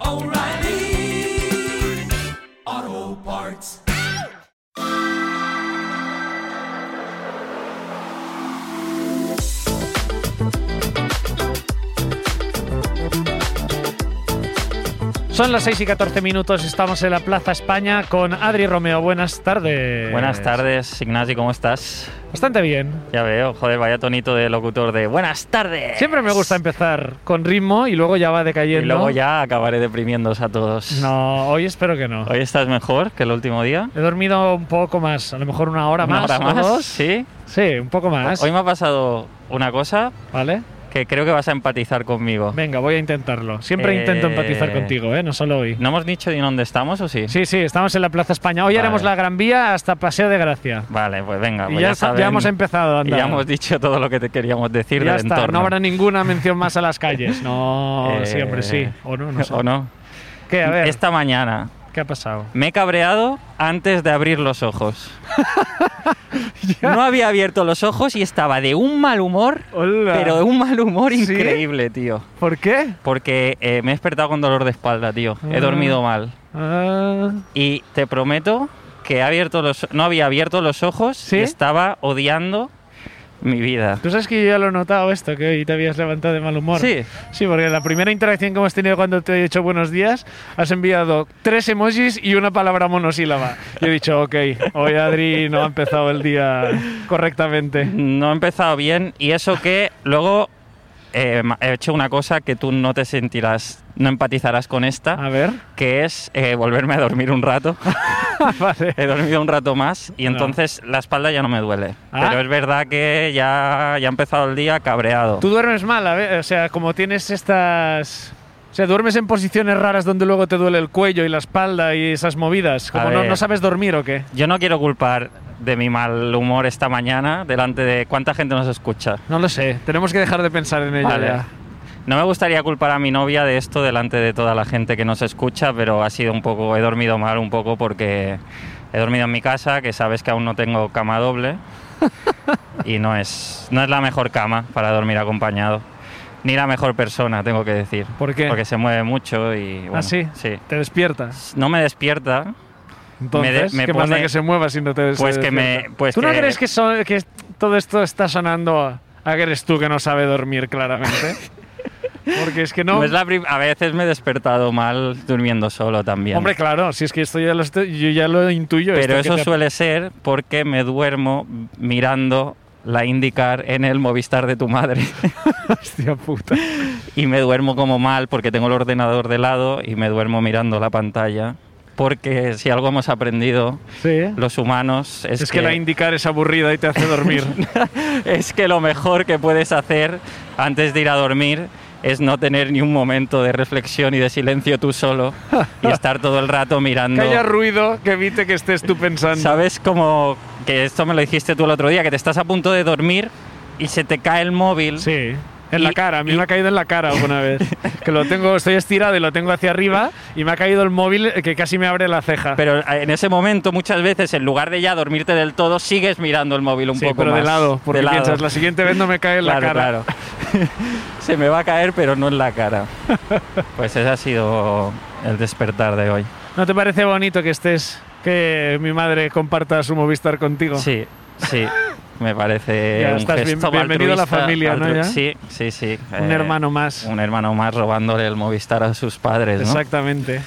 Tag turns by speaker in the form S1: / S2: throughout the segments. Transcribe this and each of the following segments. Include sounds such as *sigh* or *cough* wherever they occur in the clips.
S1: O'Reilly Auto Parts.
S2: Son las 6 y 14 minutos, estamos en la Plaza España con Adri Romeo. Buenas tardes.
S3: Buenas tardes, Ignasi, ¿cómo estás?
S2: Bastante bien.
S3: Ya veo, joder, vaya tonito de locutor de buenas tardes.
S2: Siempre me gusta empezar con ritmo y luego ya va
S3: Y
S2: decayendo.
S3: luego ya acabaré deprimiéndos a todos.
S2: No, hoy espero que no.
S3: ¿Hoy estás mejor que el último día?
S2: He dormido un poco más, a lo mejor una hora
S3: ¿Una
S2: más.
S3: hora
S2: o
S3: más?
S2: dos.
S3: Sí.
S2: Sí, un poco más.
S3: Hoy me ha pasado una cosa
S2: ¿Vale?
S3: que creo que vas a empatizar conmigo.
S2: Venga, voy a intentarlo. Siempre intento
S3: Eh,
S2: empatizar contigo, ¿eh? No solo hoy.
S3: ¿No hemos dicho de dónde estamos o sí?
S2: Sí, sí, estamos en la Plaza España. Hoy
S3: Vale.
S2: haremos la Gran Vía hasta Paseo de Gracia.
S3: Vale, pues venga.
S2: Y
S3: pues
S2: ya,
S3: ya,
S2: está- ya
S3: saben,
S2: hemos empezado a
S3: y
S2: andar.
S3: ya hemos dicho todo lo que te queríamos decir
S2: Ya
S3: del
S2: está,
S3: entorno.
S2: no habrá ninguna mención más a las calles. No, *laughs*
S3: Eh,
S2: sí, hombre, sí. O no, no sé.
S3: *laughs* ¿O no?
S2: ¿Qué? A ver,
S3: Esta mañana
S2: ¿qué ha pasado?
S3: Me he cabreado antes de abrir
S2: *laughs*
S3: los ojos. no había abierto los ojos y estaba de un mal humor,
S2: Hola.
S3: pero de un mal humor
S2: ¿Sí?
S3: increíble, tío.
S2: ¿Por qué?
S3: Porque eh, me he despertado con dolor de espalda, tío. He dormido mal.
S2: Ah,
S3: Y te prometo que he abierto los, no había abierto los ojos
S2: ¿Sí?
S3: y estaba odiando mi vida.
S2: Tú sabes que yo ya lo he notado esto, que hoy te habías levantado de mal humor.
S3: Sí.
S2: Sí, porque la primera interacción que hemos tenido cuando te he dicho buenos días, has enviado tres emojis y una palabra monosílaba. Yo he dicho, ok, hoy Adri no ha empezado el día *laughs* correctamente.
S3: No he empezado bien y eso que luego eh, ma- he hecho una cosa que tú no te sentirás, no empatizarás con esta.
S2: A ver,
S3: que es eh, volverme a dormir un rato.
S2: *laughs*
S3: *laughs*
S2: vale.
S3: He dormido un rato más y
S2: No.
S3: entonces la espalda ya no me duele.
S2: Ah.
S3: Pero es verdad que ya, ya ha empezado el día cabreado.
S2: Tú duermes mal, a ver, o sea, como tienes estas... O sea, duermes en posiciones raras donde luego te duele el cuello y la espalda y esas movidas. Como
S3: A
S2: no,
S3: ver.
S2: no sabes dormir o qué.
S3: Yo no quiero culpar de mi mal humor esta mañana delante de cuánta gente nos escucha.
S2: No lo sé, tenemos que dejar de pensar en ello
S3: Vale.
S2: ya.
S3: No me gustaría culpar a mi novia de esto delante de toda la gente que nos escucha, pero ha sido un poco, he dormido mal un poco porque he dormido en mi casa, que sabes que aún no tengo
S2: *laughs*
S3: cama doble y no es, no es la mejor cama para dormir acompañado, ni la mejor persona, tengo que decir.
S2: ¿Por qué?
S3: Porque se mueve mucho y... Bueno,
S2: ¿Ah, sí?
S3: Sí.
S2: Te despiertas.
S3: No me despierta.
S2: Entonces,
S3: me
S2: ¿qué más da
S3: pone-
S2: que se mueva si no te des-
S3: Pues
S2: te
S3: que me-
S2: despierta?
S3: pues
S2: ¿Tú no
S3: que-
S2: crees que, so- que todo esto está sonando a a que eres tú que no sabe dormir claramente?
S3: *laughs*
S2: Porque es que no...
S3: No es Pues la prim- a veces me he despertado mal durmiendo solo también.
S2: Hombre, claro, si es que esto ya lo estoy- yo ya lo intuyo.
S3: Pero
S2: esto que
S3: eso
S2: te-
S3: suele ser porque me duermo mirando la indicar en el Movistar de tu madre *laughs*
S2: Hostia puta.
S3: y me duermo como mal porque tengo el ordenador de lado y me duermo mirando la pantalla porque si algo hemos aprendido
S2: Sí.
S3: los humanos es,
S2: Es, que, la indicar es aburrida y te hace *laughs* dormir.
S3: *laughs* es que lo mejor que puedes hacer antes de ir a dormir es no tener ni un momento de reflexión y de silencio
S2: *laughs*
S3: tú solo y estar todo el rato mirando
S2: que haya ruido que evite que estés tú pensando.
S3: ¿Sabes como que esto me lo dijiste tú el otro día, que te estás a punto de dormir y se te cae el móvil?
S2: Sí. En la
S3: Y-
S2: cara, a mí me ha caído en la cara alguna *laughs* vez. Que lo tengo, estoy estirado y lo tengo hacia arriba y me ha caído el móvil eh, que casi me abre la ceja.
S3: Pero ah, en ese momento muchas veces en lugar de ya dormirte del todo sigues mirando el móvil un
S2: sí,
S3: poco
S2: pero
S3: más.
S2: de lado, porque
S3: De lado.
S2: piensas, la siguiente vez no me cae en la
S3: Claro,
S2: cara.
S3: claro. *laughs* se me va a caer pero no en
S2: *laughs*
S3: la cara. Pues ese ha sido el despertar de hoy.
S2: ¿No te parece bonito que estés, que mi madre comparta su Movistar contigo?
S3: Sí, sí. Me parece
S2: Oh. Ya
S3: un
S2: estás bien-
S3: gesto
S2: bienvenido a la
S3: altruista,
S2: familia, ¿no,
S3: altru-
S2: ya?
S3: Sí, sí, sí.
S2: Un
S3: eh,
S2: hermano más.
S3: Un hermano más robándole el Movistar a sus padres, ¿no?
S2: Exactamente.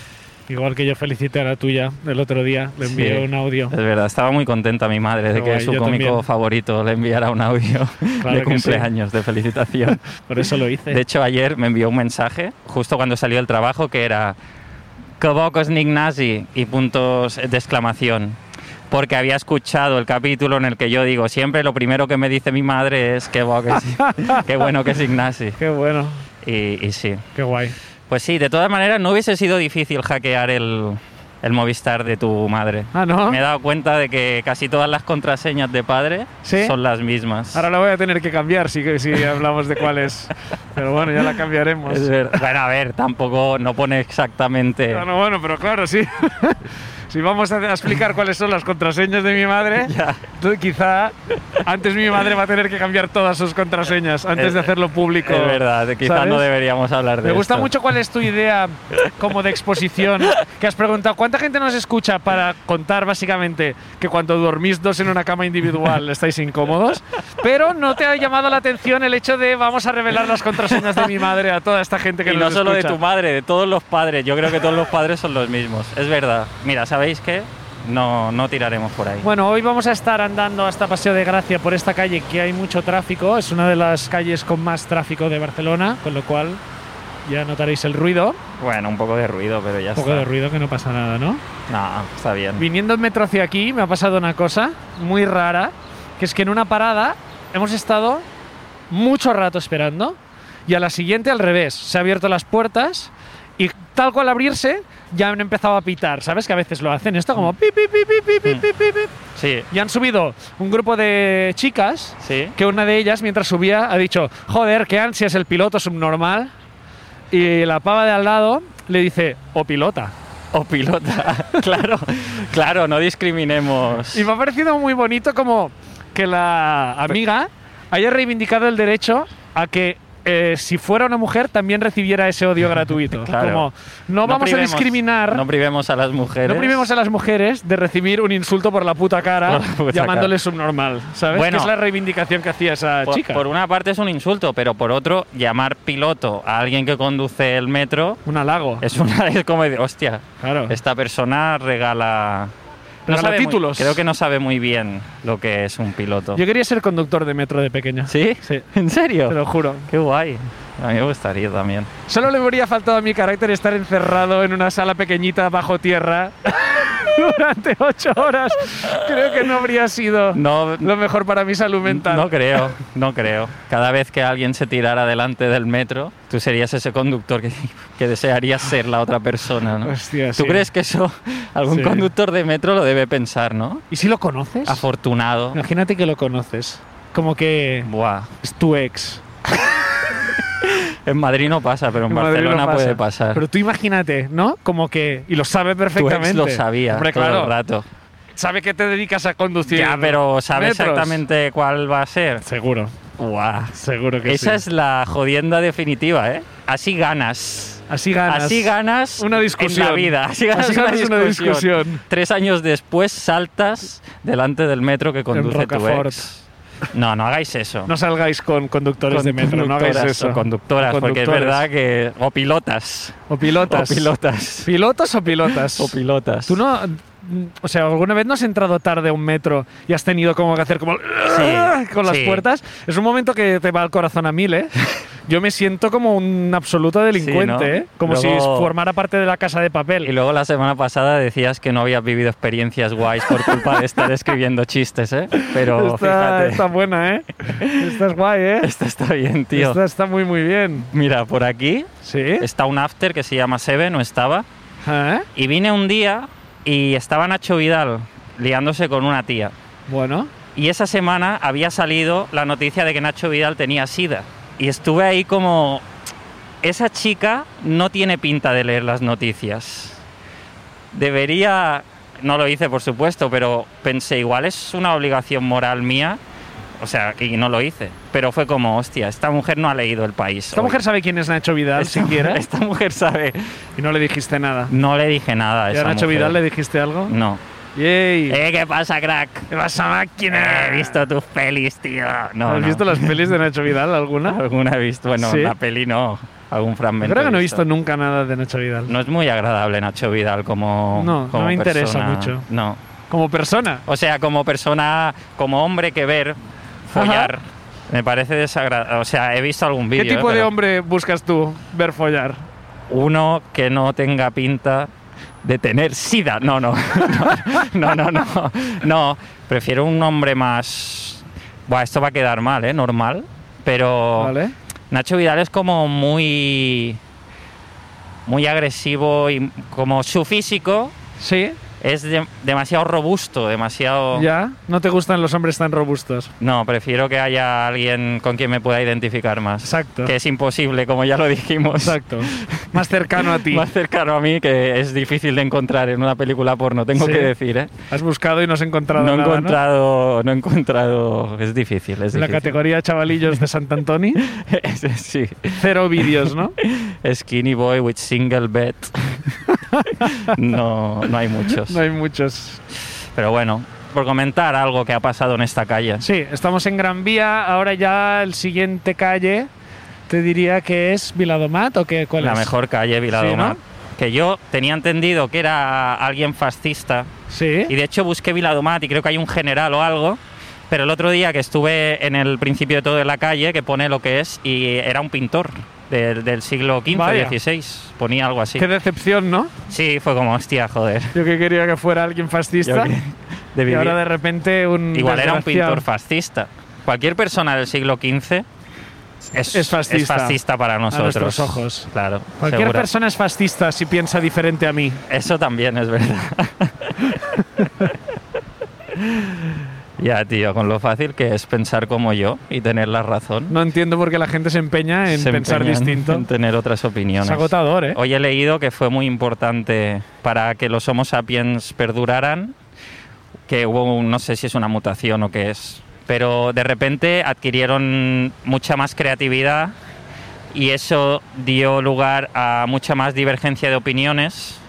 S2: Igual que yo felicité a la tuya el otro día, le envié
S3: Sí.
S2: un audio.
S3: Es verdad, estaba muy contenta mi madre de
S2: Qué
S3: que
S2: guay,
S3: su
S2: yo
S3: cómico
S2: también.
S3: favorito le enviara un audio
S2: Claro
S3: *laughs* de
S2: que sí.
S3: cumpleaños,
S2: *laughs*
S3: de felicitación.
S2: Por eso lo hice.
S3: De hecho, ayer me envió un mensaje, justo cuando salió del trabajo, que era Kobokos Nignasi y puntos de exclamación. Porque había escuchado el capítulo en el que yo digo, siempre lo primero que me dice mi madre es qué,
S2: *laughs*
S3: bo- que sí, qué bueno que es Ignasi.
S2: Qué bueno,
S3: Y, y sí.
S2: qué guay.
S3: Pues sí, de todas maneras, no hubiese sido difícil hackear el, el Movistar de tu madre.
S2: Ah, ¿no?
S3: Me he dado cuenta de que casi todas las contraseñas de padre
S2: ¿Sí?
S3: son las mismas.
S2: Ahora la voy a tener que cambiar si, si hablamos de cuál es. Pero bueno, ya la cambiaremos.
S3: Es ver- Bueno, a ver, tampoco no pone exactamente.
S2: Bueno, bueno, pero claro, sí. *laughs* Si vamos a explicar cuáles son las contraseñas de mi madre,
S3: Ya.
S2: entonces quizá antes mi madre va a tener que cambiar todas sus contraseñas antes
S3: Es-
S2: de hacerlo público.
S3: Es verdad, quizás
S2: ¿sabes?
S3: no deberíamos hablar de
S2: Me gusta
S3: esto.
S2: mucho cuál es tu idea como de exposición, que has preguntado cuánta gente nos escucha para contar básicamente que cuando dormís dos en una cama individual estáis incómodos, pero no te ha llamado la atención el hecho de vamos a revelar las contraseñas de mi madre a toda esta gente que
S3: Y no
S2: nos
S3: solo de
S2: escucha.
S3: tu madre, de todos los padres. Yo creo que todos los padres son los mismos. Es verdad. Mira, ¿sabéis qué? No, no tiraremos por ahí.
S2: Bueno, hoy vamos a estar andando hasta Paseo de Gracia por esta calle que hay mucho tráfico. Es una de las calles con más tráfico de Barcelona, con lo cual ya notaréis el ruido.
S3: Bueno, un poco de ruido, pero ya
S2: Un poco de
S3: está.
S2: ruido que no pasa nada, ¿no?
S3: No, está bien.
S2: Viniendo en metro hacia aquí me ha pasado una cosa muy rara, que es que en una parada hemos estado mucho rato esperando y a la siguiente al revés, se han abierto las puertas y tal cual abrirse ya han empezado a pitar, ¿sabes? Que a veces lo hacen esto como pip, pip, pip, pip, pip, pip, pip, pip.
S3: Sí,
S2: Y han subido un grupo de chicas
S3: sí.
S2: que una de ellas mientras subía ha dicho, joder, qué ansias el piloto subnormal. Y la pava de al lado le dice, o pilota.
S3: O oh, pilota. *laughs* claro, claro, no discriminemos.
S2: Y me ha parecido muy bonito como que la amiga haya reivindicado el derecho a que eh, si fuera una mujer también recibiera ese
S3: *laughs*
S2: odio gratuito.
S3: Claro.
S2: Como no vamos
S3: privemos-
S2: a discriminar,
S3: No
S2: no,
S3: privemos a las mujeres.
S2: privemos a las mujeres de recibir un insulto por la puta cara
S3: Por la puta
S2: llamándole
S3: cara.
S2: subnormal, ¿sabes?
S3: Bueno.
S2: que es la reivindicación que hacía esa
S3: por,
S2: chica.
S3: por una parte es un insulto, pero por otro, llamar piloto a alguien que conduce el metro
S2: un halago,
S3: es una es como de, *laughs* hostia,
S2: claro.
S3: esta persona regala,
S2: Regala
S3: sabe muy-
S2: títulos.
S3: creo que no sabe muy bien lo que es un piloto.
S2: Yo quería ser conductor de metro de pequeño.
S3: ¿Sí?
S2: Sí.
S3: ¿En serio?
S2: Te lo juro.
S3: Qué guay. A mí me gustaría también.
S2: Solo le habría faltado a mi carácter estar encerrado en una sala pequeñita bajo tierra *laughs* durante ocho horas. Creo que no habría sido
S3: No,
S2: lo mejor para mi salud mental.
S3: no creo, no creo. Cada vez que alguien se tirara delante del metro, tú serías ese conductor que, *laughs* que desearía ser la otra persona, ¿no?
S2: Hostia,
S3: ¿Tú
S2: Pues, sí.
S3: crees que eso algún
S2: Sí.
S3: conductor de metro lo debe pensar, no?
S2: ¿Y si lo conoces?
S3: Afortunado.
S2: Imagínate que lo conoces. Como que
S3: Buah.
S2: es tu ex.
S3: En Madrid no pasa, pero en,
S2: Madrid no
S3: Barcelona
S2: pasa.
S3: puede pasar.
S2: Pero tú imagínate, ¿no? Como que. Y lo sabe
S3: tu
S2: perfectamente.
S3: ex lo sabía
S2: Hombre,
S3: todo
S2: claro.
S3: el rato.
S2: Sabe que te dedicas a conducir.
S3: ya, pero ¿sabe
S2: metros.
S3: exactamente cuál va a ser?
S2: Seguro,
S3: Buah.
S2: seguro que
S3: Esa
S2: sí.
S3: es la jodienda definitiva, ¿eh? Así ganas.
S2: Así ganas.
S3: Así ganas
S2: una discusión.
S3: en la vida. *laughs* Así ganas,
S2: Así ganas
S3: una,
S2: una
S3: discusión.
S2: discusión.
S3: Tres años después saltas delante del metro que conduce tu
S2: Rocafort.
S3: ex. No, no hagáis eso.
S2: No salgáis con conductores
S3: Con
S2: de metro, no hagáis
S3: conductoras
S2: eso.
S3: O conductoras,
S2: O
S3: porque es
S2: conductores.
S3: verdad que. O pilotas.
S2: O pilotas.
S3: O pilotas.
S2: ¿Pilotos o pilotas?
S3: O pilotas.
S2: ¿Tú no.? mm, O sea, ¿alguna vez no has entrado tarde a un metro y has tenido como que hacer como. *laughs* con las
S3: sí.
S2: puertas? Es un momento que te va el corazón a
S3: *laughs*
S2: mil, ¿eh? Yo me siento como un absoluto delincuente,
S3: Sí, ¿no?
S2: ¿eh? Como
S3: Luego-
S2: si formara parte de la casa de papel.
S3: Y luego la semana pasada decías que no habías vivido experiencias guays por culpa de estar escribiendo chistes, ¿eh? Pero
S2: está,
S3: fíjate,
S2: está buena,
S3: *laughs*
S2: ¿eh? Esta es guay, ¿eh?
S3: esto está bien, tío.
S2: Esta está muy, muy bien.
S3: Mira, por aquí
S2: ¿Sí?
S3: está un after que se llama Seven, no estaba.
S2: Ah,
S3: Y vine un día y estaba Nacho Vidal liándose con una tía.
S2: Bueno.
S3: Y esa semana había salido la noticia de que Nacho Vidal tenía sida. Y estuve ahí como... Esa chica no tiene pinta de leer las noticias. Debería... No lo hice, por supuesto, pero pensé, igual es una obligación moral mía. O sea, y no lo hice. Pero fue como, hostia, esta mujer no ha leído el país.
S2: Esta
S3: hoy.
S2: mujer sabe quién es Nacho Vidal,
S3: Esta-
S2: siquiera.
S3: Esta mujer sabe.
S2: Y no le dijiste nada.
S3: No le dije nada a
S2: ¿Y a
S3: esa
S2: Nacho
S3: mujer.
S2: Vidal le dijiste algo?
S3: No.
S2: ¡Yey!
S3: Eh, ¿qué pasa, crack?
S2: ¿Qué pasa, máquina?
S3: He visto tus pelis, tío. No,
S2: ¿Has
S3: no.
S2: visto las pelis de Nacho Vidal alguna?
S3: Alguna he visto, bueno,
S2: ¿Sí?
S3: la peli no, algún fragmento.
S2: Creo que no he visto nunca nada de Nacho Vidal.
S3: No es muy agradable Nacho Vidal como.
S2: No, no
S3: como
S2: me interesa
S3: persona.
S2: mucho.
S3: No.
S2: Como persona.
S3: O sea, como persona, como hombre que ver, follar, me parece desagradable. O sea, he visto algún
S2: ¿Qué
S3: vídeo.
S2: tipo
S3: eh,
S2: de
S3: pero
S2: hombre buscas tú ver follar?
S3: Uno que no tenga pinta de tener sida. No, *laughs* no. No, no, no. No, No, prefiero un hombre más. Buah, esto va a quedar mal, ¿eh? Normal. Pero.
S2: ¿Vale?
S3: Nacho Vidal es como muy muy agresivo y como su físico
S2: Sí.
S3: es de- demasiado robusto, demasiado...
S2: ¿Ya? ¿No te gustan los hombres tan robustos?
S3: No, prefiero que haya alguien con quien me pueda identificar más.
S2: Exacto.
S3: Que es imposible, como ya lo dijimos.
S2: Exacto. Más cercano a ti.
S3: *laughs* Más cercano a mí, que es difícil de encontrar en una película porno, tengo
S2: Sí.
S3: que decir, ¿eh?
S2: Has buscado y no has encontrado
S3: No he
S2: nada, ¿no?
S3: encontrado, ¿no? he encontrado, es difícil, es
S2: En la
S3: difícil.
S2: categoría chavalillos de Sant Antoni,
S3: *laughs* sí,
S2: cero vídeos,
S3: *laughs*
S2: ¿no?
S3: Skinny Boy with Single Bed. *laughs* no, no hay muchos.
S2: No hay muchos.
S3: Pero bueno, por comentar algo que ha pasado en esta calle.
S2: Sí, estamos en Gran Vía, ahora ya el siguiente calle, te diría que es Viladomat o que cuál
S3: la
S2: es?
S3: mejor calle Viladomat.
S2: Sí,
S3: Que yo tenía entendido que era alguien fascista.
S2: Sí.
S3: Y de hecho busqué Viladomat y creo que hay un general o algo. Pero el otro día que estuve en el principio de todo de la calle, que pone lo que es, y era un pintor del, del siglo XV,
S2: Vaya.
S3: XVI. Ponía algo así.
S2: Qué decepción, ¿no?
S3: Sí, fue como, hostia, joder.
S2: Yo que quería que fuera alguien fascista.
S3: Yo que- de
S2: Y
S3: vivir-
S2: ahora de repente un.
S3: Igual era un
S2: desgraciado.
S3: pintor fascista. Cualquier persona del siglo XV es,
S2: Es fascista.
S3: es fascista para nosotros.
S2: nuestros ojos.
S3: Claro.
S2: Cualquier
S3: seguro.
S2: persona es fascista si piensa diferente a mí.
S3: Eso también es
S2: *laughs*
S3: verdad. ya, tío, con lo fácil que es pensar como yo y tener la razón.
S2: No entiendo por qué la gente se empeña en
S3: Se
S2: pensar
S3: empeñan
S2: distinto.
S3: En tener otras opiniones.
S2: Es agotador, ¿eh?
S3: Hoy he leído que fue muy importante para que los Homo sapiens perduraran, que hubo, un- no sé si es una mutación o qué es, pero de repente adquirieron mucha más creatividad y eso dio lugar a mucha más divergencia de opiniones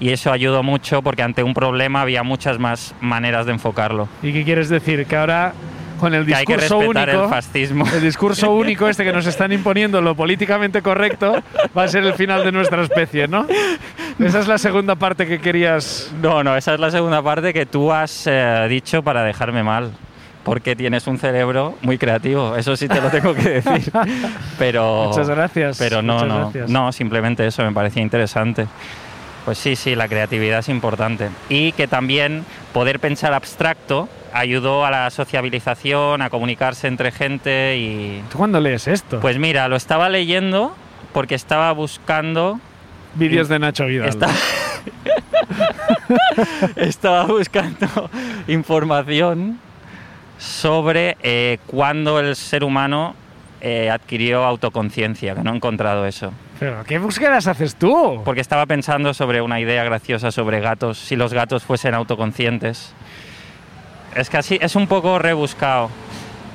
S3: y eso ayudó mucho porque ante un problema había muchas más maneras de enfocarlo.
S2: ¿Y qué quieres decir? Que ahora con el
S3: Que hay que
S2: discurso
S3: respetar el
S2: único. *laughs*
S3: fascismo.
S2: El discurso único este que nos están imponiendo, lo políticamente correcto, va a ser el final de nuestra especie, ¿no? Esa es la segunda parte que querías.
S3: No, no, esa es la segunda parte que tú has eh, dicho para dejarme mal. Porque tienes un cerebro muy creativo, eso sí te lo tengo
S2: *laughs*
S3: que decir. Pero,
S2: Muchas gracias,
S3: Pero no,
S2: muchas
S3: no.
S2: gracias.
S3: No, simplemente eso me parecía interesante. Pues sí, sí, la creatividad es importante. Y que también poder pensar abstracto ayudó a la sociabilización, a comunicarse entre gente y.
S2: ¿Tú cuándo lees esto?
S3: Pues mira, lo estaba leyendo porque estaba buscando
S2: Vídeos de Nacho Vidal.
S3: Está- *laughs* Estaba buscando información sobre eh, cuándo el ser humano eh, adquirió autoconciencia, que no he encontrado eso.
S2: Pero ¿qué búsquedas haces tú?
S3: Porque estaba pensando sobre una idea graciosa sobre gatos, si los gatos fuesen autoconscientes. Es que así es un poco rebuscado.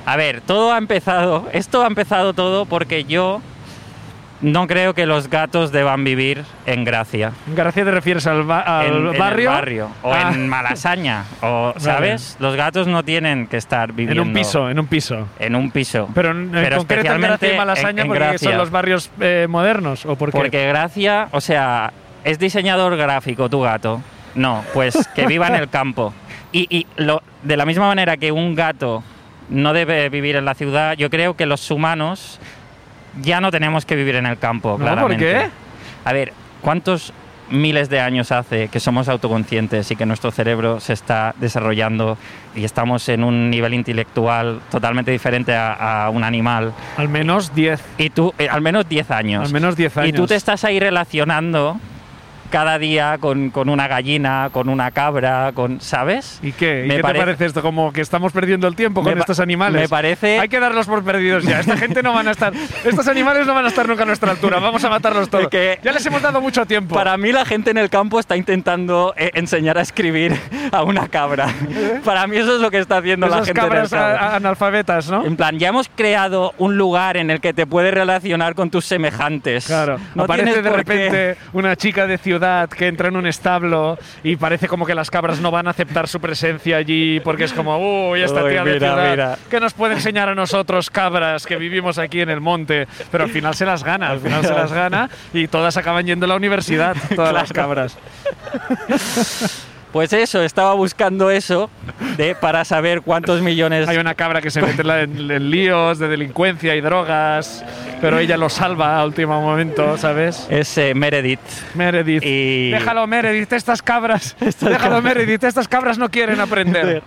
S3: A ver, todo ha empezado, esto ha empezado todo porque yo no creo que los gatos deban vivir en gracia.
S2: Gracias te refieres al, ba- al
S3: en, en el
S2: barrio.
S3: barrio o
S2: Ah,
S3: en *laughs* Malasaña o sabes los gatos no tienen que estar
S2: en
S3: viviendo
S2: un piso, en un piso.
S3: en un piso
S2: Pero en, en concreto en Gracia y Malasaña
S3: en
S2: porque
S3: Gracia.
S2: son los barrios eh, modernos o porque,
S3: porque Gracia o sea es diseñador gráfico tu gato no pues que viva en el campo y, y lo, de la misma manera que un gato no debe vivir en la ciudad yo creo que los humanos ya no tenemos que vivir en el campo
S2: ¿No?
S3: claramente
S2: ¿Por qué?
S3: a ver, ¿cuántos miles de años hace que somos autoconscientes y que nuestro cerebro se está desarrollando y estamos en un nivel intelectual totalmente diferente a, a un animal?
S2: Al menos 10,
S3: Y tú, eh, al menos 10 años.
S2: al menos 10 años.
S3: Y tú te estás ahí relacionando cada día con, con una gallina, con una cabra, con, ¿sabes?
S2: ¿Y qué? ¿Y
S3: Me
S2: qué
S3: parece-
S2: te parece esto? Como que estamos perdiendo el tiempo
S3: Me
S2: con
S3: pa-
S2: estos animales.
S3: me parece-
S2: Hay que darlos por perdidos ya. Esta gente no van a estar. Estos animales no van a estar nunca a nuestra altura. Vamos a
S3: *laughs*
S2: matarlos todos.
S3: que-
S2: Ya les hemos dado mucho tiempo.
S3: Para mí la gente en el campo está intentando eh, enseñar a escribir a una
S2: *laughs*
S3: cabra. Para mí eso es lo que está haciendo la
S2: Esas
S3: gente en el
S2: cabras
S3: campo.
S2: a- a- analfabetas, ¿no?
S3: En plan, ya hemos creado un lugar en el que te puedes relacionar con tus semejantes.
S2: Claro,
S3: No
S2: aparece
S3: tienes
S2: de
S3: por qué-
S2: repente una chica de ciudad que entra en un establo y parece como que las cabras no van a aceptar su presencia allí porque es como, uy, esta
S3: Uy,
S2: tía de
S3: mira,
S2: ciudad,
S3: mira.
S2: ¿qué nos puede enseñar a nosotros cabras que vivimos aquí en el monte? Pero al final se las gana, al final se las gana y todas acaban yendo a la universidad, todas las
S3: Claro.
S2: cabras.
S3: Pues eso, estaba buscando eso de, para saber cuántos millones.
S2: Hay una cabra que se mete en, la- en- en líos de delincuencia y drogas, pero ella lo salva a último momento, ¿sabes?
S3: Es eh, Meredith.
S2: Meredith.
S3: Y-
S2: Déjalo, Meredith, estas
S3: *laughs*
S2: cabras. déjalo, Meredith, estas cabras no quieren aprender.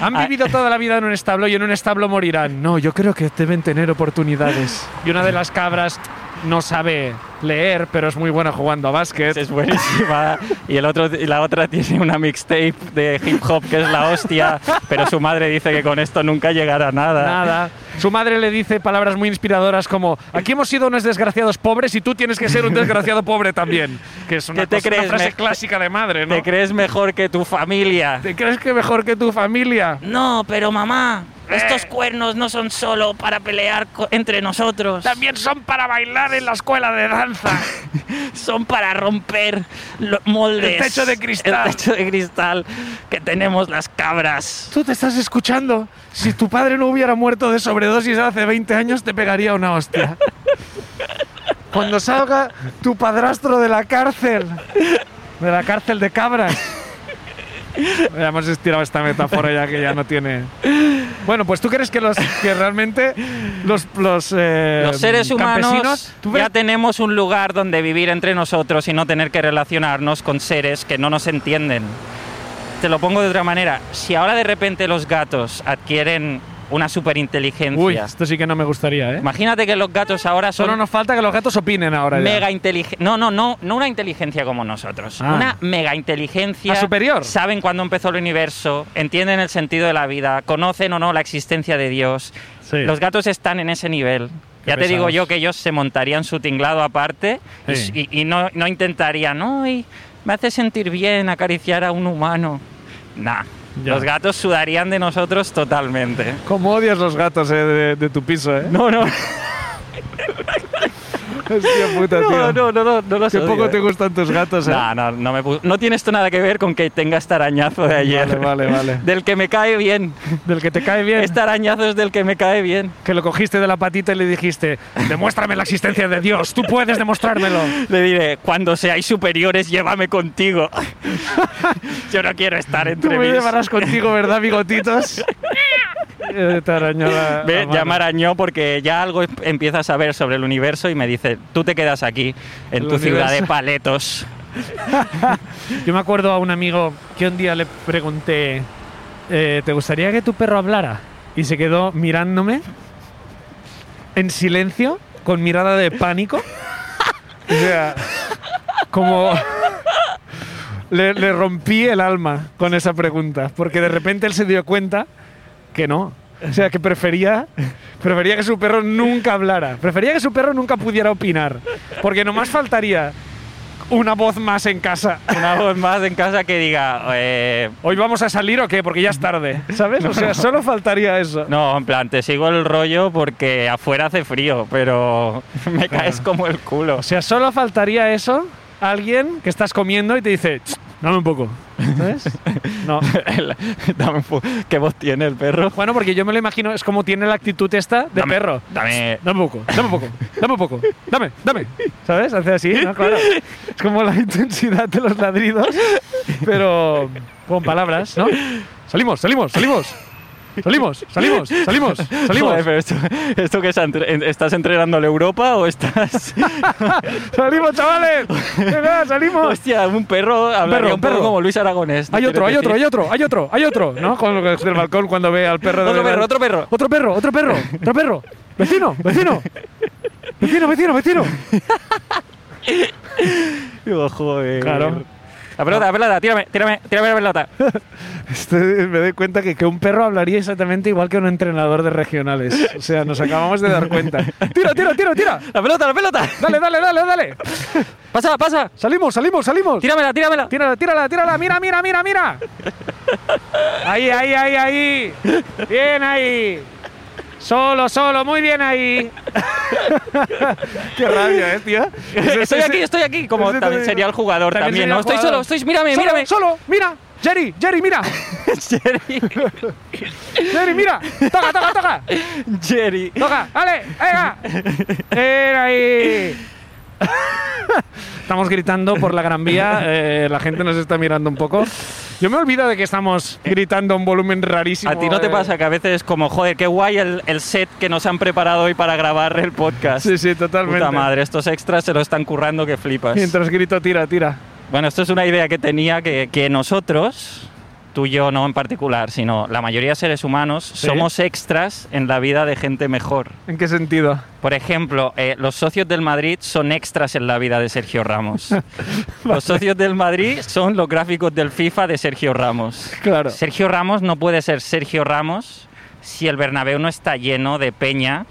S2: Han
S3: Ah.
S2: vivido toda la vida en un establo y en un establo morirán. No, yo creo que deben tener oportunidades. Y una de las cabras no sabe leer, pero es muy buena jugando a básquet.
S3: Es buenísima. Y, el otro, y la otra tiene una mixtape de hip hop que es la hostia, pero su madre dice que con esto nunca llegará a nada.
S2: Nada. Su madre le dice palabras muy inspiradoras como aquí hemos sido unos desgraciados pobres y tú tienes que ser un desgraciado pobre también. Que es una,
S3: ¿Qué te
S2: cosa- una
S3: crees,
S2: frase
S3: me-
S2: clásica de madre, ¿no?
S3: ¿Te crees mejor que tu familia?
S2: ¿Te crees que mejor que tu familia?
S4: No, pero mamá,
S3: Eh.
S4: estos cuernos no son solo para pelear co- entre nosotros,
S2: También son para bailar en la escuela de danza.
S4: son para romper los moldes.
S2: El techo de cristal.
S4: El techo de cristal que tenemos las cabras.
S2: *laughs* Tú te estás escuchando. Si tu padre no hubiera muerto de sobredosis hace 20 años, te pegaría una hostia. Cuando salga tu padrastro de la cárcel, de la cárcel de cabras. Ya hemos estirado esta metáfora ya que ya no tiene. Bueno, pues tú crees que los que realmente los los, eh,
S3: Los seres humanos
S2: campesinos- ¿tú crees-
S3: ya tenemos un lugar donde vivir entre nosotros y no tener que relacionarnos con seres que no nos entienden. Te lo pongo de otra manera. Si ahora de repente los gatos adquieren una
S2: Uy,
S3: superinteligencia,
S2: esto sí que no me gustaría, ¿eh?
S3: imagínate que los gatos ahora
S2: Solo
S3: son
S2: nos falta que los gatos opinen ahora ya.
S3: mega inteligencia. No, no, no, no una inteligencia como nosotros.
S2: Ah.
S3: Una mega inteligencia.
S2: Ah, superior.
S3: Saben cuándo empezó el universo, entienden el sentido de la vida, conocen o no la existencia de Dios.
S2: Sí.
S3: Los gatos están en ese nivel.
S2: Qué
S3: ya te digo
S2: pesados.
S3: yo que ellos se montarían su tinglado aparte y-
S2: Sí.
S3: y, y no, no intentarían, "Ay, me hace sentir bien acariciar a un humano. Nah.
S2: Ya.
S3: Los gatos sudarían de nosotros totalmente.
S2: Cómo odias los gatos eh, de, de tu piso, ¿eh?
S3: No, no,
S2: *laughs* Hostia puta,
S3: *laughs* no,
S2: tío.
S3: no, no, no, no los
S2: Qué
S3: odio,
S2: poco
S3: eh.
S2: te gustan tus gatos, ¿eh?
S3: No, no, no, me pu- no tiene esto nada que ver con que tenga este arañazo de ayer.
S2: Vale, vale, vale.
S3: *laughs* Del que me cae bien.
S2: Del que te cae bien.
S3: Este arañazo es del que me cae bien.
S2: Que lo cogiste de la patita y le dijiste, demuéstrame la existencia de Dios, tú puedes demostrármelo.
S3: Le diré, cuando seáis superiores, llévame contigo. *laughs* Yo no quiero estar
S2: Tú
S3: entre
S2: me
S3: mis...
S2: llevarás contigo, ¿verdad,
S3: *laughs*
S2: bigotitos? Eh, te arañó la- la
S3: Ve,
S2: mano.
S3: ya me arañó porque ya algo em- empieza a saber sobre el universo y me dice, tú te quedas aquí, en
S2: El
S3: tu ciudad de
S2: universo.
S3: paletos. *laughs*
S2: *laughs* Yo me acuerdo a un amigo que un día le pregunté, eh, ¿te gustaría que tu perro hablara? Y se quedó mirándome en silencio, con mirada de pánico. O sea, como... Le, le rompí el alma con esa pregunta, porque de repente él se dio cuenta que no. O sea, que prefería, prefería que su perro nunca hablara, prefería que su perro nunca pudiera opinar, porque nomás faltaría una voz más en casa.
S3: Una voz más en casa que diga, eh,
S2: ¿Hoy vamos a salir o qué? Porque ya es tarde, ¿sabes? O sea, solo faltaría eso.
S3: no, en plan, te sigo el rollo porque afuera hace frío, pero *laughs* me caes como el culo.
S2: O sea, solo faltaría eso. Alguien que estás comiendo y te dice, "Ch, dame un poco. ¿Sabes? No.
S3: El- *laughs* dame un fu- ¿Qué voz tiene el perro?
S2: Bueno, porque yo me lo imagino, es como tiene la actitud esta de
S3: Dame-
S2: perro.
S3: Dame.
S2: Dame un poco, dame un poco, dame un poco, dame, dame. ¿Sabes? Hace así, ¿no? Claro. Es como la intensidad de los ladridos, pero con palabras, ¿no? Salimos, salimos, salimos. Salimos, salimos, salimos, salimos.
S3: Joder, pero esto, ¿esto qué es? Entre- ¿Estás entrenándole Europa o
S2: *laughs*
S3: estás.?
S2: ¡Salimos, chavales! ¡Venga, salimos!
S3: Hostia, un perro hablaría
S2: perro,
S3: un perro
S2: perro.
S3: como Luis Aragonés. te
S2: Hay otro,
S3: quiero
S2: hay otro,
S3: decir.
S2: hay otro, hay otro, hay otro, ¿no? Con lo que del balcón cuando ve al perro. de
S3: Otro
S2: verdad.
S3: perro, otro perro.
S2: Otro perro, otro perro, otro perro. Vecino, vecino. Vecino, vecino, vecino.
S3: Digo, joder.
S2: Claro.
S3: La pelota, la pelota, tírame, tírame, tírame la
S2: *laughs*
S3: pelota.
S2: Este, me doy cuenta que, que un perro hablaría exactamente igual que un entrenador de regionales. O sea, nos acabamos de dar cuenta. Tira, tira, tira, tira.
S3: La pelota, la pelota.
S2: Dale, dale, dale, dale.
S3: Pasa, pasa.
S2: Salimos, salimos, salimos.
S3: Tíramela,
S2: *laughs*
S3: tíramela.
S2: Tírala, tírala, tírala. Mira, mira, mira, mira. Ahí, ahí, ahí, ahí. Bien ahí. Solo, solo, muy bien ahí.
S3: *laughs*
S2: Qué rabia, ¿eh, tío?
S3: Estoy aquí, estoy aquí. Como
S2: ese
S3: también
S2: también-
S3: sería el jugador
S2: también
S3: también,
S2: sería el
S3: ¿no? Estoy solo,
S2: jugador.
S3: estoy, mírame,
S2: Solo,
S3: mírame.
S2: solo, mira. Jerry, Jerry, mira.
S3: *laughs* Jerry,
S2: Jerry, mira. Toca, toca, toca.
S3: Jerry.
S2: Toca, dale, venga. Ven ahí. Estamos gritando por la Gran Vía, eh, la gente nos está mirando un poco. Yo me olvido de que estamos gritando a un volumen rarísimo.
S3: A ti no te
S2: eh.
S3: pasa que a veces como, joder, qué guay el, el set que nos han preparado hoy para grabar el podcast.
S2: Sí, sí, totalmente.
S3: Puta madre, estos extras se lo están currando que flipas.
S2: Mientras grito, tira, tira.
S3: Bueno, esto es una idea que tenía que, que nosotros tú y yo no en particular, sino la mayoría de seres humanos somos extras en la vida de gente mejor.
S2: ¿En qué sentido?
S3: Por ejemplo, eh, los socios del Madrid son extras en la vida de Sergio Ramos. Los socios del Madrid son los gráficos del FIFA de Sergio Ramos.
S2: Claro.
S3: Sergio Ramos no puede ser Sergio Ramos si el Bernabéu no está lleno de peña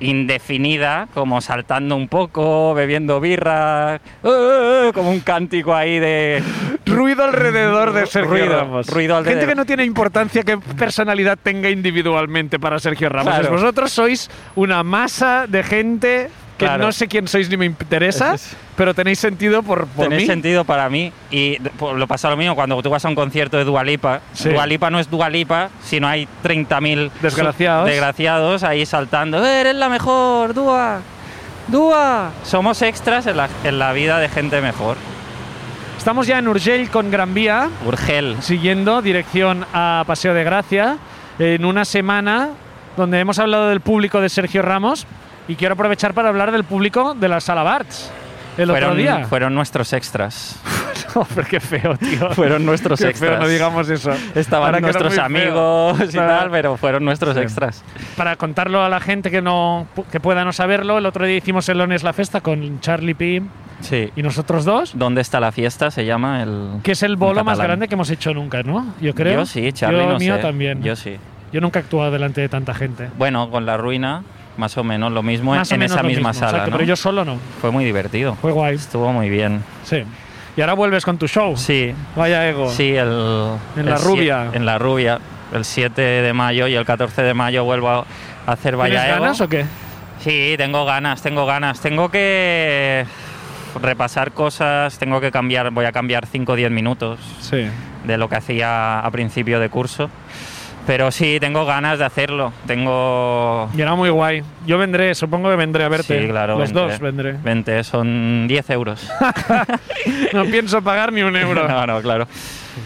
S3: indefinida, como saltando un poco, bebiendo birra, ¡eh! como un cántico ahí de...
S2: Ruido alrededor de
S3: Ru-
S2: Sergio
S3: ruido,
S2: Ramos.
S3: ruido alrededor.
S2: Gente que no tiene importancia que personalidad tenga individualmente para Sergio Ramos.
S3: Claro.
S2: Vosotros sois una masa de gente que
S3: Claro.
S2: no sé quién sois ni me interesa,
S3: Es-
S2: pero tenéis sentido por, por
S3: Tiene
S2: mí.
S3: sentido para mí. Y d- por- lo pasa lo mismo cuando tú vas a un concierto de Dualipa.
S2: Sí.
S3: Dualipa no es Dualipa, sino hay 30.000
S2: Desgraciados.
S3: su- desgraciados ahí saltando. "Eh, Eres la mejor, Dua. Dua. Somos extras en la, en la vida de gente mejor.
S2: Estamos ya en Urgell con Gran Vía,
S3: Urgel.
S2: siguiendo dirección a Paseo de Gracia, en una semana donde hemos hablado del público de Sergio Ramos y quiero aprovechar para hablar del público de la Sala Barts. El otro
S3: Fueron,
S2: día.
S3: fueron nuestros extras.
S2: *laughs* Hombre, qué feo, tío.
S3: Fueron nuestros
S2: Qué feo,
S3: extras.
S2: no digamos eso.
S3: Estaban
S2: Ahora queda
S3: nuestros
S2: muy feo.
S3: amigos y
S2: Para-
S3: tal, pero fueron nuestros
S2: Sí.
S3: extras.
S2: Para contarlo a la gente que no que pueda no saberlo, el otro día hicimos el Lones la Festa con Charlie P
S3: Sí.
S2: y nosotros dos,
S3: ¿Dónde está la fiesta? Se llama el.
S2: que es el bolo
S3: en
S2: más
S3: catalán.
S2: grande que hemos hecho nunca, ¿no? Yo creo.
S3: Yo sí, Charlie,
S2: Yo
S3: no
S2: mío
S3: sé.
S2: también.
S3: Yo sí.
S2: Yo nunca he actuado delante de tanta gente.
S3: Bueno, con la ruina, más o menos lo mismo en-
S2: Más o
S3: en
S2: menos
S3: esa
S2: lo
S3: misma
S2: mismo,
S3: sala.
S2: exacto,
S3: ¿no?
S2: Pero yo solo no.
S3: Fue muy divertido.
S2: Fue guay.
S3: Estuvo muy bien.
S2: Sí. Y ahora vuelves con tu show.
S3: Sí,
S2: Vaya ego.
S3: sí, el.
S2: En
S3: el
S2: La
S3: sie-
S2: Rubia.
S3: En la rubia. El 7 de mayo y el 14 de mayo vuelvo a a hacer
S2: ¿Tienes
S3: Vaya Ego.
S2: ganas o qué?
S3: Sí, tengo ganas, tengo ganas. Tengo que repasar cosas, tengo que cambiar, voy a cambiar 5 o 10 minutos.
S2: Sí.
S3: de lo que hacía a principio de curso. Pero sí, tengo ganas de hacerlo. Tengo.
S2: Y era muy guay. Yo vendré, supongo que vendré a verte.
S3: Sí, claro.
S2: Los
S3: 20.
S2: dos vendré.
S3: 20, son 10
S2: *laughs*
S3: euros.
S2: No pienso pagar ni un euro.
S3: *laughs* no, no, claro.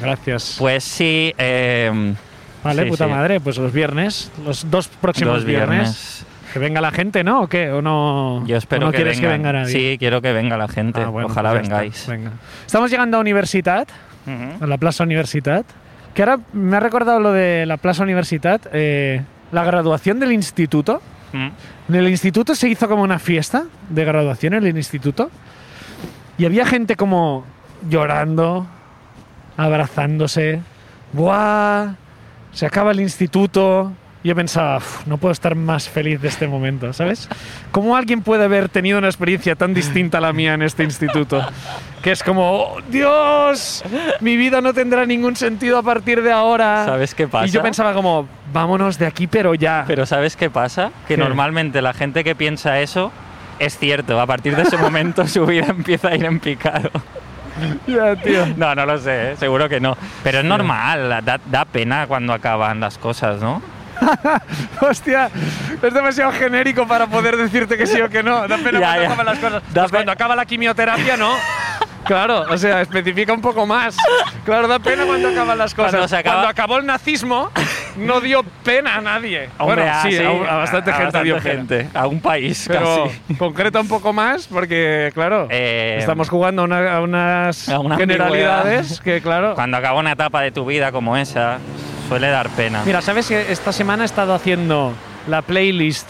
S2: Gracias.
S3: Pues sí. eh,
S2: Vale,
S3: sí,
S2: puta
S3: sí.
S2: madre, pues los viernes, los dos próximos
S3: Dos
S2: viernes,
S3: viernes.
S2: que venga la gente, ¿no? ¿O qué? ¿O no,
S3: Yo espero
S2: o no
S3: que,
S2: quieres
S3: vengan.
S2: que venga nadie?
S3: Sí, quiero que venga la gente.
S2: Ah, bueno,
S3: Ojalá
S2: pues ya
S3: vengáis.
S2: está, venga. Estamos llegando a Universitat,
S3: Ujú.
S2: a la Plaza Universitat, que ahora me ha recordado lo de la Plaza Universitat, eh, la graduación del instituto.
S3: Mm.
S2: En el instituto se hizo como una fiesta de graduación en el instituto. Y había gente como llorando, abrazándose. ¡Buah! Se acaba el instituto. Yo pensaba, "Uf, no puedo estar más feliz de este momento, ¿sabes? ¿Cómo alguien puede haber tenido una experiencia tan distinta a la mía en este instituto? Que es como, "Oh, Dios, mi vida no tendrá ningún sentido a partir de ahora.
S3: ¿Sabes qué pasa?
S2: Y yo pensaba como, vámonos de aquí, pero ya.
S3: Pero ¿sabes qué pasa? Que
S2: ¿Qué?
S3: normalmente la gente que piensa eso es cierto. A partir de ese momento *laughs* su vida empieza a ir en picado.
S2: Ya, tío.
S3: No, no lo sé, ¿eh? seguro que no. Pero es normal, da, da pena cuando acaban las cosas, ¿no?
S2: *laughs* Hostia, es demasiado genérico para poder decirte que sí o que no. Da pena
S3: *laughs* Ya,
S2: cuando
S3: ya.
S2: acaban las cosas.
S3: Da
S2: Pues cuando
S3: pe-
S2: acaba la quimioterapia, no. Claro, o sea, especifica un poco más. Claro, da pena cuando acaban las cosas.
S3: Cuando se acaba-
S2: acabó el nazismo, no dio pena a nadie.
S3: *laughs* Hombre,
S2: bueno,
S3: ah,
S2: sí, a, a bastante
S3: a
S2: gente
S3: bastante
S2: dio pena.
S3: gente, a un país
S2: Pero
S3: casi.
S2: concreta un poco más porque, claro,
S3: Eh,
S2: estamos jugando a, una- a unas
S3: a una
S2: generalidades que, claro...
S3: *laughs* Cuando acaba una etapa de tu vida como esa, suele dar pena.
S2: Mira, sabes que esta semana he estado haciendo la playlist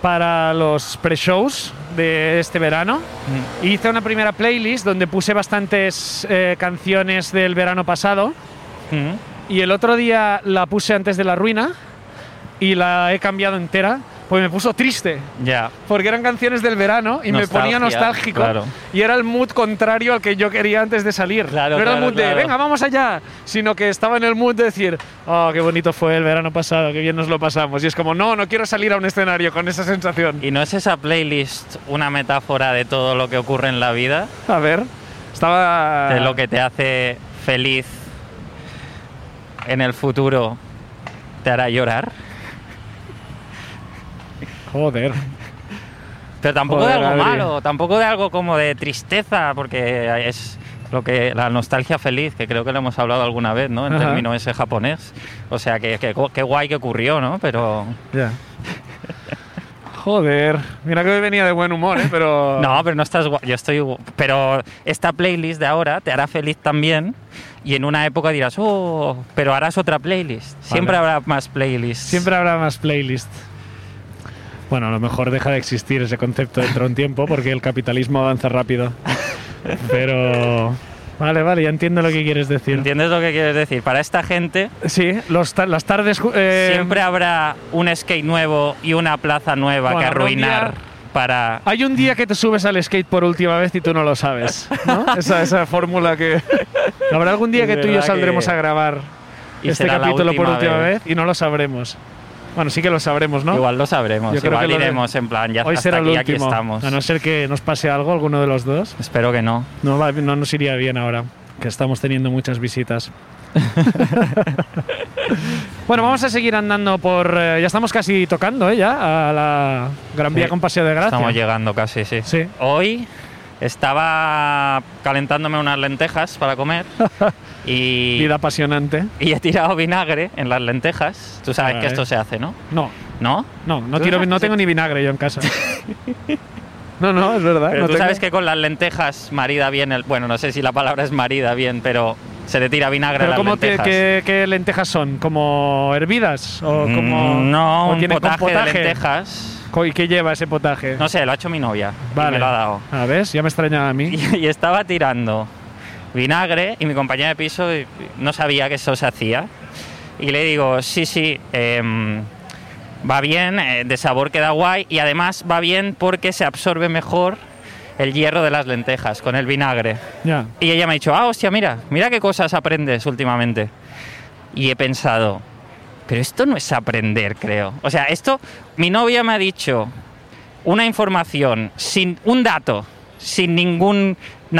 S2: para los pre-shows de este verano. Y Hice una primera playlist donde puse bastantes eh, canciones del verano pasado.
S3: Mm.
S2: Y el otro día la puse antes de la ruina y la he cambiado entera. Pues me puso triste,
S3: Ya.
S2: porque eran canciones del verano y me
S3: Nostalgia,
S2: ponía nostálgico.
S3: claro.
S2: Y era el mood contrario al que yo quería antes de salir.
S3: Claro,
S2: no era el
S3: claro,
S2: mood de,
S3: claro.
S2: venga, vamos allá, sino que estaba en el mood de decir, oh, qué bonito fue el verano pasado, qué bien nos lo pasamos. Y es como, no, no quiero salir a un escenario con esa sensación.
S3: ¿Y no es esa playlist una metáfora de todo lo que ocurre en la vida?
S2: A ver, estaba.
S3: De lo que te hace feliz en el futuro te hará llorar.
S2: Joder.
S3: Pero tampoco
S2: Joder,
S3: de algo
S2: Adri.
S3: malo, tampoco de algo como de tristeza, porque es lo que la nostalgia feliz, que creo que lo hemos hablado alguna vez, ¿no? En
S2: Ajá.
S3: término ese japonés. O sea, que, que, gu- qué guay que ocurrió, ¿no? Pero
S2: Ya. Joder, mira que hoy venía de buen humor, ¿eh? Pero.
S3: No, pero no estás guay. Yo estoy. gu- Pero esta playlist de ahora te hará feliz también. Y en una época dirás, oh, pero harás otra playlist. Siempre habrá más playlists.
S2: Siempre habrá más playlist. Bueno, a lo mejor deja de existir ese concepto dentro de un tiempo porque el capitalismo avanza rápido. Pero. Vale, vale, ya entiendo lo que quieres decir.
S3: ¿Entiendes lo que quieres decir? Para esta gente
S2: Sí, los ta- las tardes. ju- eh,
S3: siempre habrá un skate nuevo y una plaza nueva
S2: Bueno,
S3: que
S2: habrá un
S3: arruinar
S2: día-
S3: para...
S2: Hay un día que te subes al skate por última vez y tú no lo sabes. ¿no?
S3: *laughs*
S2: Esa, esa fórmula que. Habrá algún día
S3: Es
S2: que tú y yo
S3: verdad
S2: saldremos
S3: que-
S2: a grabar
S3: y
S2: este
S3: será la
S2: capítulo por
S3: última
S2: última vez.
S3: vez.
S2: y no lo sabremos. Bueno, sí que lo sabremos, ¿no?
S3: Igual lo sabremos,
S2: Yo creo
S3: igual
S2: que lo de-
S3: iremos en plan, ya
S2: Hoy
S3: hasta
S2: será
S3: aquí,
S2: el
S3: aquí
S2: último.
S3: estamos.
S2: A no ser que nos pase algo, alguno de los dos.
S3: Espero que no.
S2: No, va- no nos iría bien ahora, que estamos teniendo muchas visitas. *laughs* bueno, vamos a seguir andando por. eh, ya estamos casi tocando, ¿eh? Ya, a la Gran Vía
S3: Sí.
S2: con Paseo de Gracia.
S3: Estamos llegando casi, sí.
S2: Sí.
S3: Hoy estaba calentándome unas lentejas
S2: *laughs*
S3: para comer y,
S2: Vida apasionante.
S3: y he tirado vinagre en las lentejas. Tú sabes
S2: Ah,
S3: que
S2: eh.
S3: esto se hace, ¿no?
S2: No,
S3: ¿No?
S2: no, no,
S3: ¿Tú
S2: tiro,
S3: sabes-
S2: no tengo ni vinagre yo en
S3: *laughs*
S2: casa. no, no, es verdad.
S3: Pero
S2: no
S3: tú
S2: tengo.
S3: sabes que con las lentejas marida bien el... Bueno, no sé si la palabra es marida bien, pero se le tira vinagre a
S2: Pero
S3: las
S2: ¿cómo que,
S3: lentejas.
S2: que- qué lentejas son? ¿Como hervidas? ¿O
S3: Mm,
S2: como.?
S3: no,
S2: o
S3: un
S2: tienen con
S3: potaje, de
S2: potaje?
S3: lentejas.
S2: Co- ¿Y qué lleva ese potaje?
S3: No sé, lo ha hecho mi novia. y
S2: vale.
S3: me lo ha dado.
S2: A ver, ya me extrañaba a mí.
S3: *laughs* Y, y estaba tirando vinagre y mi compañera de piso y- no sabía que eso se hacía. Y le digo, sí, sí, em, va bien, eh, de sabor queda guay y además va bien porque se absorbe mejor el hierro de las lentejas con el vinagre.
S2: Ya.
S3: Y ella me ha dicho, ah, hostia, mira, mira qué cosas aprendes últimamente. Y he pensado, pero esto no es aprender, creo. O sea, esto, mi novia me ha dicho una información, sin un dato, sin ninguna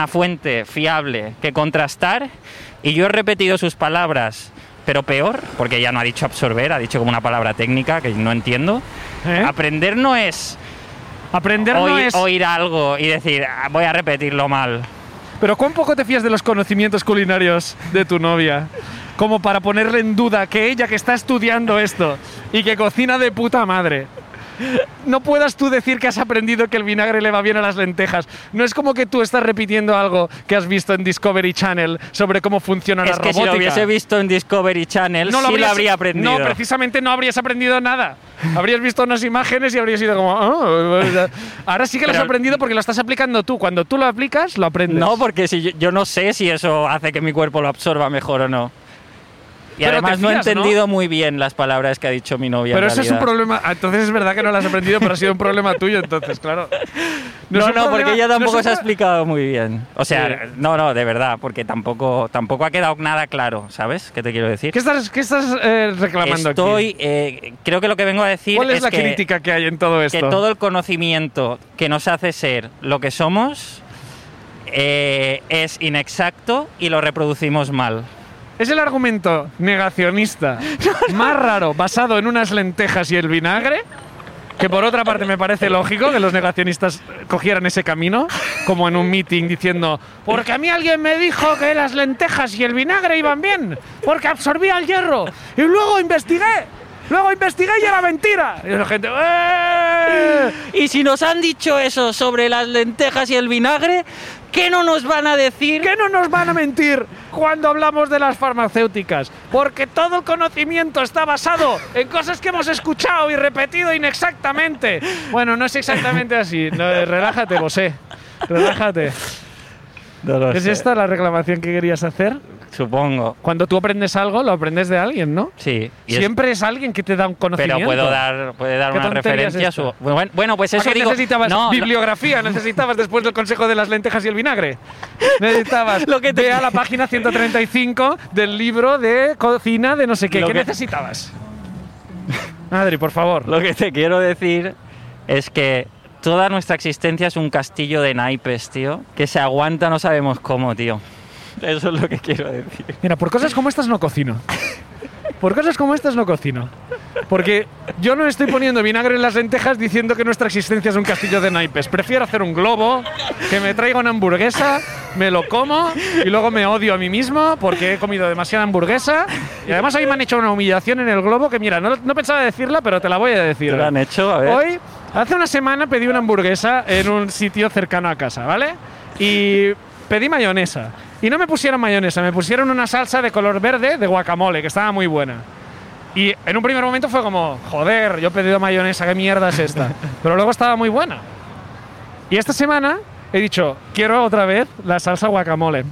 S3: fuente fiable que contrastar, y yo he repetido sus palabras, pero peor, porque ella no ha dicho absorber, ha dicho como una palabra técnica que no entiendo.
S2: ¿Eh?
S3: Aprender no es
S2: Aprender no
S3: oír-
S2: es.
S3: oír algo y decir, "Ah, voy a repetirlo mal.
S2: Pero ¿cuán poco te fías de los conocimientos culinarios de tu novia? Como para ponerle en duda que ella que está estudiando esto y que cocina de puta madre. No puedas tú decir que has aprendido que el vinagre le va bien a las lentejas. No es como que tú estás repitiendo algo que has visto en Discovery Channel sobre cómo funciona
S3: Es
S2: la
S3: que
S2: robótica.
S3: si lo hubiese visto en Discovery Channel, sí lo
S2: habrías-
S3: habría aprendido.
S2: No, precisamente no habrías aprendido nada. Habrías visto unas imágenes y habrías sido como. "Ah, eh, eh". ahora sí que lo has
S3: Pero-
S2: aprendido porque lo estás aplicando tú. Cuando tú lo aplicas, lo aprendes.
S3: No, porque si yo, yo no sé si eso hace que mi cuerpo lo absorba mejor o no. Y
S2: Pero
S3: además
S2: te
S3: no he
S2: fías, ¿no?
S3: entendido muy bien las palabras que ha dicho mi novia. en
S2: Pero eso es un
S3: realidad.
S2: problema. ah, Entonces es verdad que no lo has aprendido, pero ha sido un problema tuyo, entonces,
S3: *laughs*
S2: claro. es
S3: No,
S2: un
S3: no, porque
S2: problema-
S3: ella
S2: no es
S3: tampoco
S2: un
S3: se ha
S2: pro-
S3: explicado muy bien. O sea,
S2: Sí.
S3: no, no, de verdad, porque tampoco, tampoco ha quedado nada claro, ¿sabes? ¿Qué te quiero decir?
S2: ¿Qué estás, qué estás eh, reclamando aquí?
S3: Estoy, eh, creo que lo que vengo a decir
S2: ¿Cuál es, la
S3: que,
S2: crítica que hay en todo esto?
S3: que todo el conocimiento que nos hace ser lo que somos eh, es inexacto y lo reproducimos mal.
S2: Es el argumento negacionista más raro basado en unas lentejas y el vinagre. Que por otra parte me parece lógico que los negacionistas cogieran ese camino, como en un meeting diciendo, porque a mí alguien me dijo que las lentejas y el vinagre iban bien, porque absorbía el hierro, y luego investigué, luego investigué y era mentira. Y la gente, "¡Eh!".
S4: Y si nos han dicho eso sobre las lentejas y el vinagre, ¿qué no nos van a decir?
S2: ¿Qué no nos van a mentir cuando hablamos de las farmacéuticas? Porque todo el conocimiento está basado en cosas que hemos escuchado y repetido inexactamente. Bueno, no es exactamente así. No, eh, relájate, José. Relájate. ¿Es esta la reclamación que querías hacer?
S3: Supongo.
S2: Cuando tú aprendes algo, lo aprendes de alguien, ¿no?
S3: Sí. y es-
S2: Siempre es alguien que te da un conocimiento.
S3: pero puedo dar, puede dar
S2: ¿Qué
S3: una
S2: tontería
S3: referencia. a
S2: es
S3: su-
S2: esta?
S3: bueno, bueno, pues
S2: ¿A
S3: eso
S2: qué
S3: digo.
S2: necesitabas
S3: no, lo,
S2: bibliografía, necesitabas después del consejo de las lentejas y el vinagre.
S3: *laughs*
S2: Necesitabas lo que te... ve a la página 135 del libro de cocina de no sé qué.
S3: Lo
S2: ¿Qué
S3: que-
S2: necesitabas? Adri, por favor.
S3: *laughs* lo que te quiero decir es que toda nuestra existencia es un castillo de naipes, tío, que se aguanta no sabemos cómo, tío. Eso es lo que quiero decir.
S2: Mira, por cosas como estas no cocino. Por cosas como estas no cocino. Porque yo no estoy poniendo vinagre en las lentejas diciendo que nuestra existencia es un castillo de naipes. Prefiero hacer un globo, que me traiga una hamburguesa, me lo como y luego me odio a mí mismo porque he comido demasiada hamburguesa. Y además hoy me han hecho una humillación en el globo que, mira, no, no pensaba decirla, pero te la voy a decir.
S3: ¿Te lo han hecho? A ver.
S2: Hoy, hace una semana pedí una hamburguesa en un sitio cercano a casa, ¿vale? Y pedí mayonesa. Y no me pusieron mayonesa, me pusieron una salsa de color verde de guacamole, que estaba muy buena. Y en un primer momento fue como, joder, yo he pedido mayonesa, ¿qué mierda es
S3: *laughs*
S2: esta? Pero luego estaba muy buena. Y esta semana he dicho, quiero otra vez la salsa guacamole.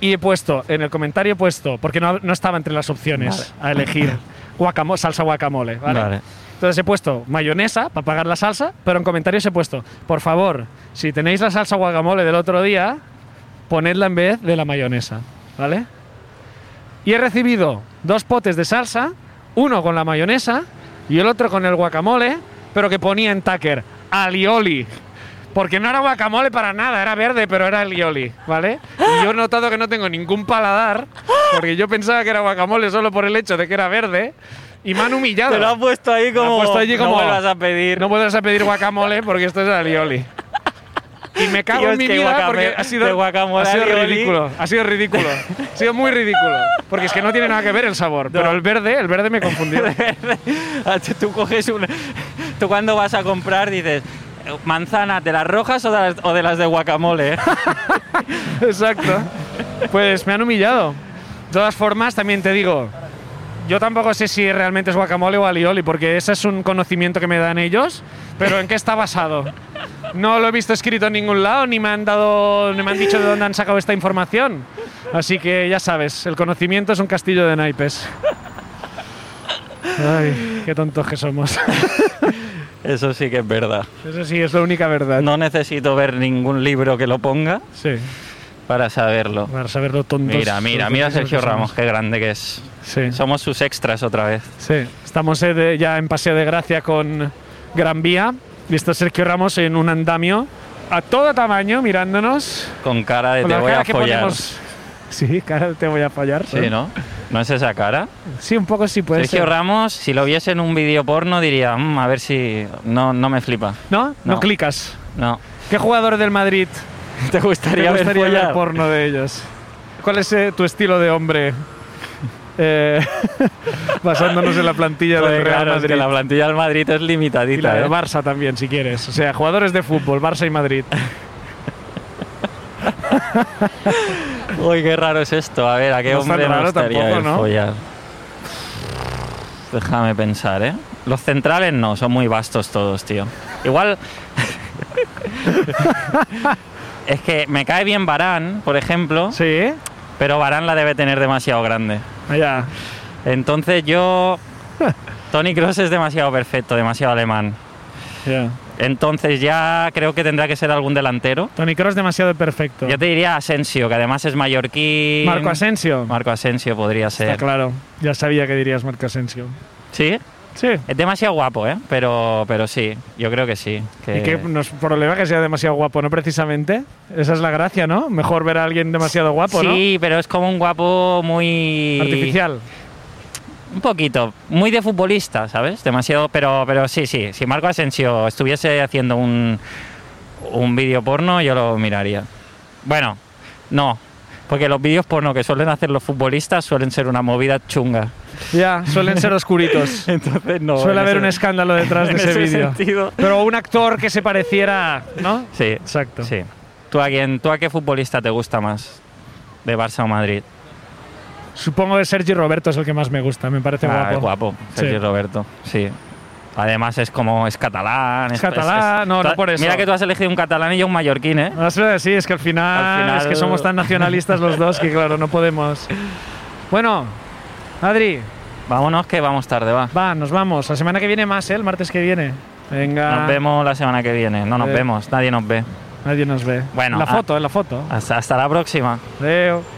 S2: Y he puesto, en el comentario he puesto, porque no, no estaba entre las opciones a elegir guacamo- salsa guacamole. ¿vale?
S3: Vale.
S2: Entonces he puesto mayonesa para pagar la salsa, pero en comentarios he puesto, por favor, si tenéis la salsa guacamole del otro día, ponedla en vez de la mayonesa, ¿vale? Y he recibido dos potes de salsa, uno con la mayonesa y el otro con el guacamole, pero que ponía en Tucker alioli. Porque no era guacamole para nada, era verde, pero era alioli, ¿vale? Y yo he notado que no tengo ningún paladar, porque yo pensaba que era guacamole solo por el hecho de que era verde, y me han humillado.
S3: Te lo ha puesto ahí
S2: Me ha
S3: como.
S2: puesto allí como-
S3: No vuelvas a pedir.
S2: No vuelvas a pedir guacamole porque esto es alioli. Y me cago
S3: Tío,
S2: en
S3: es
S2: mi
S3: que
S2: vida
S3: guacame-
S2: porque ha
S3: de
S2: sido,
S3: guacamole
S2: ha sido
S3: alioli.
S2: ridículo. Ha sido ridículo. Ha sido muy ridículo. Porque es que no tiene nada que ver el sabor. Pero el verde, el verde me confundió.
S3: *laughs* Ah, tú coges una. Tú cuando vas a comprar dices. Manzana, ¿de las rojas o de las, o de, las de guacamole? *laughs*
S2: Exacto. Pues me han humillado. De todas formas, también te digo, yo tampoco sé si realmente es guacamole o alioli, porque ese es un conocimiento que me dan ellos, pero ¿en qué está basado? No lo he visto escrito en ningún lado, ni me han dado, ni me han dicho de dónde han sacado esta información. Así que ya sabes, el conocimiento es un castillo de naipes. Ay, qué tontos que somos. *laughs*
S3: Eso sí que es verdad.
S2: Eso sí, es la única verdad.
S3: No necesito ver ningún libro que lo ponga
S2: Sí,
S3: para saberlo.
S2: para saber lo tontos.
S3: Mira, mira,
S2: lo
S3: mira a
S2: tontos que
S3: Sergio
S2: somos.
S3: Ramos, qué grande que es.
S2: Sí.
S3: Somos sus extras otra vez.
S2: Sí, estamos eh, de- ya en Paseo de Gracia con Gran Vía. Y está Sergio Ramos en un andamio a todo tamaño mirándonos.
S3: Con cara de
S2: con
S3: Eh, te
S2: la
S3: voy
S2: cara
S3: a
S2: que
S3: follar.
S2: ponemos- Sí, cara, te voy a apoyar.
S3: Sí, ¿no? ¿No es esa cara?
S2: Sí, un poco sí puede
S3: Sergio
S2: ser.
S3: Ramos, si lo viese en un vídeo porno, diría, "Mm, a ver si. No, no me flipa.
S2: ¿No? ¿No?
S3: No.
S2: clicas.
S3: No.
S2: ¿Qué jugador del Madrid
S3: *laughs* ¿Te
S2: te
S3: gustaría,
S2: gustaría
S3: ver
S2: ver
S3: follar?
S2: porno de ellos? ¿Cuál es eh, tu estilo de
S3: *laughs*
S2: hombre? Eh, *laughs* basándonos en la plantilla
S3: Joder,
S2: del Real
S3: claro, es
S2: Madrid.
S3: que la plantilla del Madrid es
S2: Y la
S3: limitadita.
S2: del
S3: ¿eh?
S2: Barça también, si quieres. O sea, jugadores de fútbol, Barça y Madrid.
S3: Uy, qué raro es esto. A ver, ¿a qué
S2: No es tan
S3: hombre me
S2: raro
S3: gustaría
S2: tampoco,
S3: ver
S2: ¿no?
S3: follar? Déjame pensar, ¿eh? Los centrales no, son muy vastos todos, tío. Igual. *laughs* es que me cae bien Barán, por ejemplo,
S2: Sí,
S3: pero Barán la debe tener demasiado grande.
S2: allá.
S3: Entonces yo. Tony Cross es demasiado perfecto, demasiado alemán.
S2: Ya.
S3: Entonces ya creo que tendrá que ser algún delantero.
S2: Tony Kroos demasiado perfecto.
S3: Yo te diría Asensio, que además es mallorquín.
S2: Marco Asensio.
S3: Marco Asensio podría
S2: Está
S3: ser.
S2: claro. Ya sabía que dirías Marco Asensio.
S3: Sí,
S2: Sí.
S3: es demasiado guapo, ¿eh? Pero, pero sí, yo creo que sí. que-
S2: Y que nos problema que sea demasiado guapo, ¿no? Precisamente. Esa es la gracia, ¿no? Mejor ver a alguien demasiado guapo,
S3: sí, pero es como un guapo muy...
S2: ¿no? Artificial.
S3: Un poquito, muy de futbolista, ¿sabes? Demasiado, pero, pero sí, sí. Si Marco Asensio estuviese haciendo un, un vídeo porno, yo lo miraría. Bueno, no. Porque los vídeos porno que suelen hacer los futbolistas suelen ser una movida chunga.
S2: Ya, suelen ser oscuritos.
S3: Entonces no.
S2: Suele
S3: *laughs* en
S2: haber
S3: ese-
S2: un escándalo detrás de
S3: en
S2: ese,
S3: ese
S2: vídeo.
S3: sentido.
S2: Pero un actor que se pareciera, ¿no?
S3: Sí.
S2: Exacto.
S3: Sí. ¿Tú a, quién, ¿Tú a qué futbolista te gusta más? ¿De Barça o Madrid?
S2: Supongo que Sergi Roberto es el que más me gusta, me parece
S3: Ah,
S2: guapo.
S3: es guapo, Sergi
S2: Sí.
S3: Roberto, sí. Además es como, es catalán.
S2: Es catalán, no, no por eso. Ah.
S3: Mira que tú has elegido un catalán y yo un mallorquín, ¿eh?
S2: No, es- Sí, es que al final,
S3: Al final-
S2: es que somos tan nacionalistas los dos que claro, no podemos. Bueno, Adri,
S3: Vámonos que vamos tarde, va.
S2: va, nos vamos. La semana que viene más, ¿eh? El martes que viene. Venga.
S3: Nos vemos la semana que viene. No nos
S2: Eh.
S3: vemos, nadie nos ve.
S2: Nadie nos ve.
S3: Bueno,
S2: la
S3: ah.
S2: foto, en la foto.
S3: Hasta, hasta la próxima.
S2: Adeu.